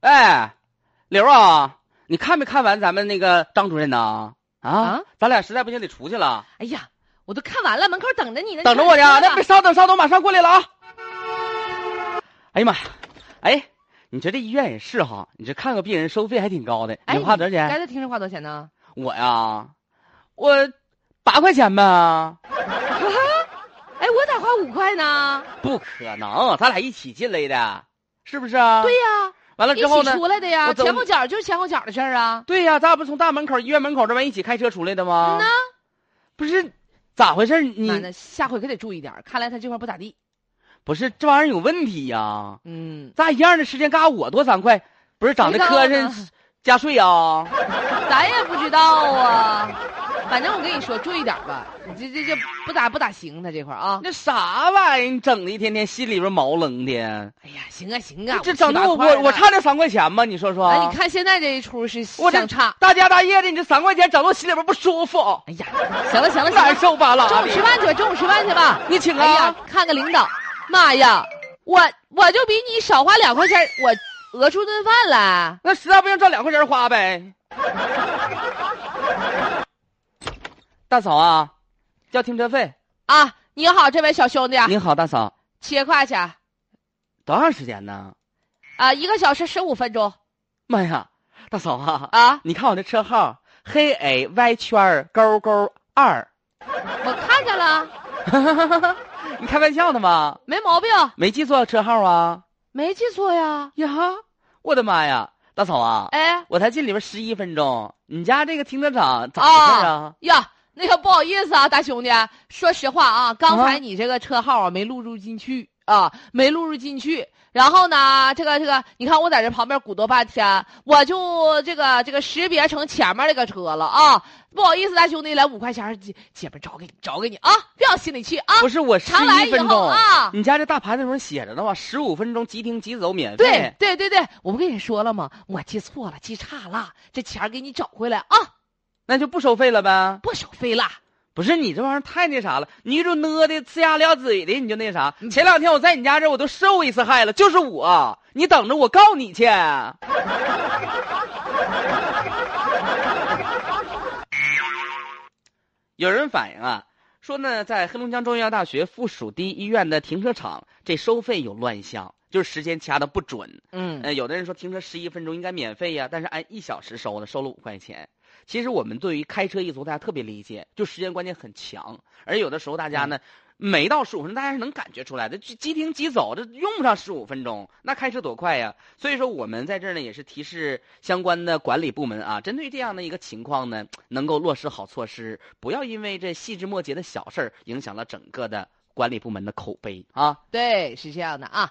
哎，刘啊，你看没看完咱们那个张主任呢？啊，啊咱俩实在不行得出去了，哎呀，我都看完了，门口等哎着你呢。等着我呢。那别稍等稍等，马上过来了啊！哎呀妈呀，哎，你说这医院也是哈，你这看个病人收费还挺高的，哎，你花多少你刚钱？才听着花多少钱呢？我呀，我八块钱呗。啊哎，我咋花五块呢？不可能，咱俩一起进来的，是不是啊？对。呀，完了一之后起呢？出来的我呀，走前后脚就是前后脚的事儿啊。对呀、咱俩不是从大门口医院门口这边一起开车出来的吗那？不是，咋回事？妈啊你的，下回可得注意点儿，看来他这块儿不咋地。不是这玩意儿有问题呀、嗯，咱俩一样的时间，嘎我多三块，不是长得磕谁知道碜呢 加税 啊？咱也不知道啊。反正我跟你说，注意点儿吧，你这这这不咋不咋行，他这块儿啊。那啥玩意儿？你整的一天天心里边毛愣的，哎呀，行啊行啊，这五整的七八我块我呢我差这三块钱吗？你说说？哎，你看现在这一出是我这相差。大家大业的，你这三块钱整得我心里边不舒服，哎呀，行了行了，行难了，受吧啦中的午吃饭去吧，中午吃饭去吧。啊你请哎呀啊。，看个领导，妈呀，我我就比你少花两块钱，我讹出顿饭来。那实在不行照两块钱花呗。大嫂啊，交停车费。啊，你好，这位小兄弟啊，您好，大嫂，切块钱多长时间呢？啊，一个小时十五分钟妈呀，大嫂啊，啊，你看我这车号黑 A Y 圈儿勾勾二，我看见了，你开玩笑呢吗？没毛病，没记错车号啊？没记错呀。呀，我的妈呀，大嫂啊，哎我才进里边十一分钟，你家这个停车场咋回事啊？呀，那个不好意思啊，大兄弟，说实话啊，刚啊才你这个车号啊没录入进去啊，没录入进去。然后呢，这个这个，你看我在这旁边鼓捣半天，我就这个这个识别成前面这个车了啊。不好意思，大兄弟，来五块钱，姐姐们找给你找给你啊，别往心里去啊。不是我十常来一以分后钟，啊，你家这大牌子上面写着呢嘛，十五分钟即停即走免费。对对对对，我不跟你说了吗？我记错了，记差了，这钱儿给你找回来啊，那就不收费了呗？不收费了。不是你这玩意儿太那啥了，你就呢的呲牙咧嘴的，你就那啥。前两天我在你家这儿我都受一次害了，就是我，你等着我告你去。 有人反映啊，说呢，在黑龙江中医药大学附属第一医院的停车场这收费有乱象，就是时间掐的不准。嗯呃，有的人说停车十一分钟应该免费呀，但是按一小时收的，收了五块钱。其实我们对于开车一族，大家特别理解，就时间观念很强。而有的时候大家呢，没到十五分钟，大家是能感觉出来的，就即停即走，这用不上十五分钟，那开车多快呀！所以说我们在这儿呢，也是提示相关的管理部门啊，针对这样的一个情况呢，能够落实好措施，不要因为这细枝末节的小事儿影响了整个的管理部门的口碑啊。对，是这样的啊。